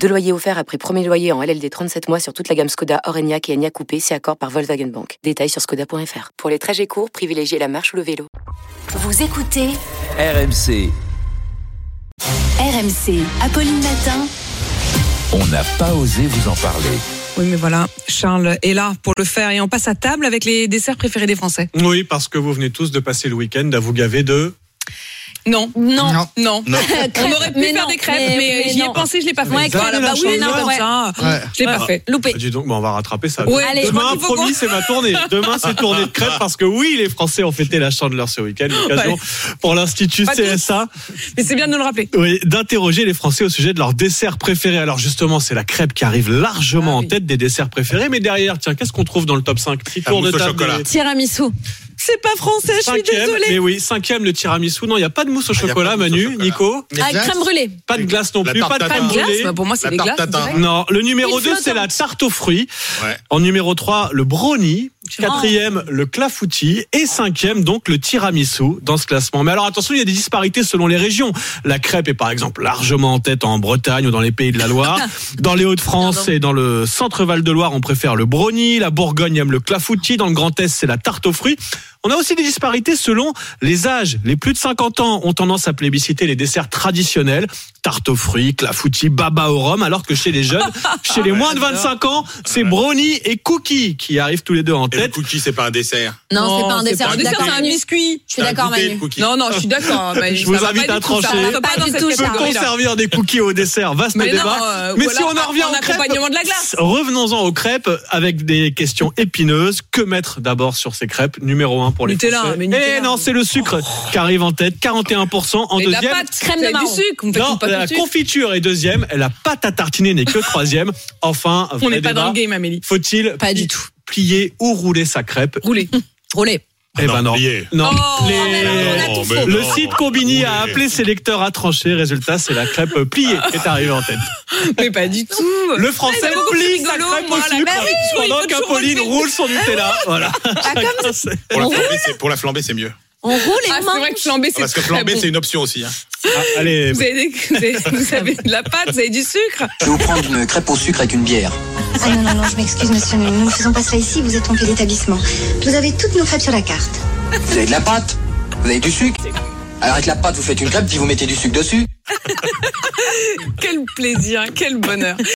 Deux loyers offerts après premier loyer en LLD 37 mois sur toute la gamme Skoda, Orenia et Enya Coupé, si accord par Volkswagen Bank. Détails sur skoda.fr. Pour les trajets courts, privilégiez la marche ou le vélo. Vous écoutez RMC, RMC, Apolline Matin. on n'a pas osé vous en parler. Oui, mais voilà, Charles est là pour le faire et on passe à table avec les desserts préférés des Français. Oui, parce que vous venez tous de passer le week-end à vous gaver de. Non, non, non. On Crêpes, aurait pu mais faire non, des crêpes, mais, mais- mais j'y ai non. pensé, je l'ai pas fait. Ouais, crêpes, bah oui, non, bah ouais. ça, je l'ai pas fait. Loupé. Dis donc, bah, on va rattraper ça. Ouais, Allez, je crois Demain, qu'il faut qu'on- promis, c'est ma tournée. Demain, c'est tournée de crêpes parce que oui, les Français ont fêté la chandeleur ce week-end. L'occasion pour l'Institut Pas tous. CSA Mais c'est bien de nous le rappeler. oui, d'interroger les Français au sujet de leur dessert préféré. Alors justement, c'est la crêpe qui arrive largement Ah en oui. tête des desserts préférés. Mais derrière, tiens, qu'est-ce qu'on trouve dans le top 5 Petit La tour de mousse au table. chocolat. des- Tiramisu. C'est pas français, je suis Cinquième, mais désolée. oui, cinquième, le tiramisu. Non, il n'y a pas de mousse au Ah, y a chocolat, pas de mousse au Manu, chocolat. Nico. Avec Ah, crème brûlée. Pas de glace non La plus, pas de crème tarte tatin. Glace, brûlée. bah, pour moi, c'est La des tarte glaces. tatin. direct. Non, le numéro Une 2, c'est la flottante. tarte aux fruits. Ouais. En numéro 3, le brownie. Quatrième, le clafoutis. Et cinquième, donc, le tiramisu dans ce classement. Mais alors, attention, il y a des disparités selon les régions. La crêpe est, par exemple, largement en tête en Bretagne ou dans les pays de la Loire. Dans les Hauts-de-France et dans le centre Val-de-Loire, on préfère le brownie. La Bourgogne aime le clafoutis. Dans le Grand Est, c'est la tarte aux fruits. On a aussi des disparités selon les âges. Les plus de 50 ans ont tendance à plébisciter les desserts traditionnels, tarte aux fruits, clafoutis, baba au rhum, alors que chez les jeunes, Ah chez les moins de 25 ans, c'est brownie et cookie qui arrivent tous les deux en Et le tête. cookie, c'est pas un dessert. Non, c'est pas un dessert. pas je suis un d'accord, dessert, c'est un Manu. biscuit. Je suis d'accord, T'as goûté le Manu. cookie. Non, non, je suis d'accord. mais Je ça vous va invite pas à du tout, ça trancher. va pas Pas dans du cette tout, ça. Peut-on catégorie-là. servir des cookies au dessert Vaste Mais non, débat. euh, Mais ou si alors on en revient en aux crêpes, accompagnement de la glace. Revenons-en aux crêpes avec des questions épineuses. Que mettre d'abord sur ces crêpes Numéro 1 pour les Nutella, Français. mais Nutella. Eh non, c'est le sucre qui arrive en tête, 41% en Et de la deuxième. pâte, Crème de c'est du marron. sucre. On ne Non, fait pas tout la de suite. confiture est deuxième, la pâte à tartiner n'est que troisième. Enfin, On vrai n'est pas débat, dans le game, Amélie. Faut-il Pas du pli- tout. plier ou rouler sa crêpe Rouler. Brûlée. Eh ben non. oubliez. Non. Oh, Les- mais non, euh, on a tout mais faux. Le non. site Combini a Rouler. appelé ses lecteurs à trancher. Résultat, c'est la crêpe pliée qui est arrivée en tête. Mais pas du tout. Le français c'est Ah, beaucoup plus plie sa rigolo, crêpe au moi, la sucre merde. Oui, Ah il pendant faut toujours qu'Apolline relever. roule son Nutella. Voilà. Ah, Chacun sait. Pour la flambée, c'est- Pour la flambée, c'est mieux. On roule et Ah, on c'est mange. vrai que flambé, c'est Parce que très flambée, bon. c'est une option aussi. hein. Ah, Allez, Vous avez, des- vous avez- vous avez de la pâte, vous avez du sucre. Je vais vous prendre une crêpe au sucre avec une bière. Ah non, non, non, je m'excuse, monsieur, nous ne faisons pas cela ici, vous êtes trompé d'établissement. Vous avez toutes nos crêpes sur la carte. Vous avez de la pâte, vous avez du sucre. Alors avec la pâte, vous faites une crêpe, puis vous mettez du sucre dessus. Quel plaisir, quel bonheur.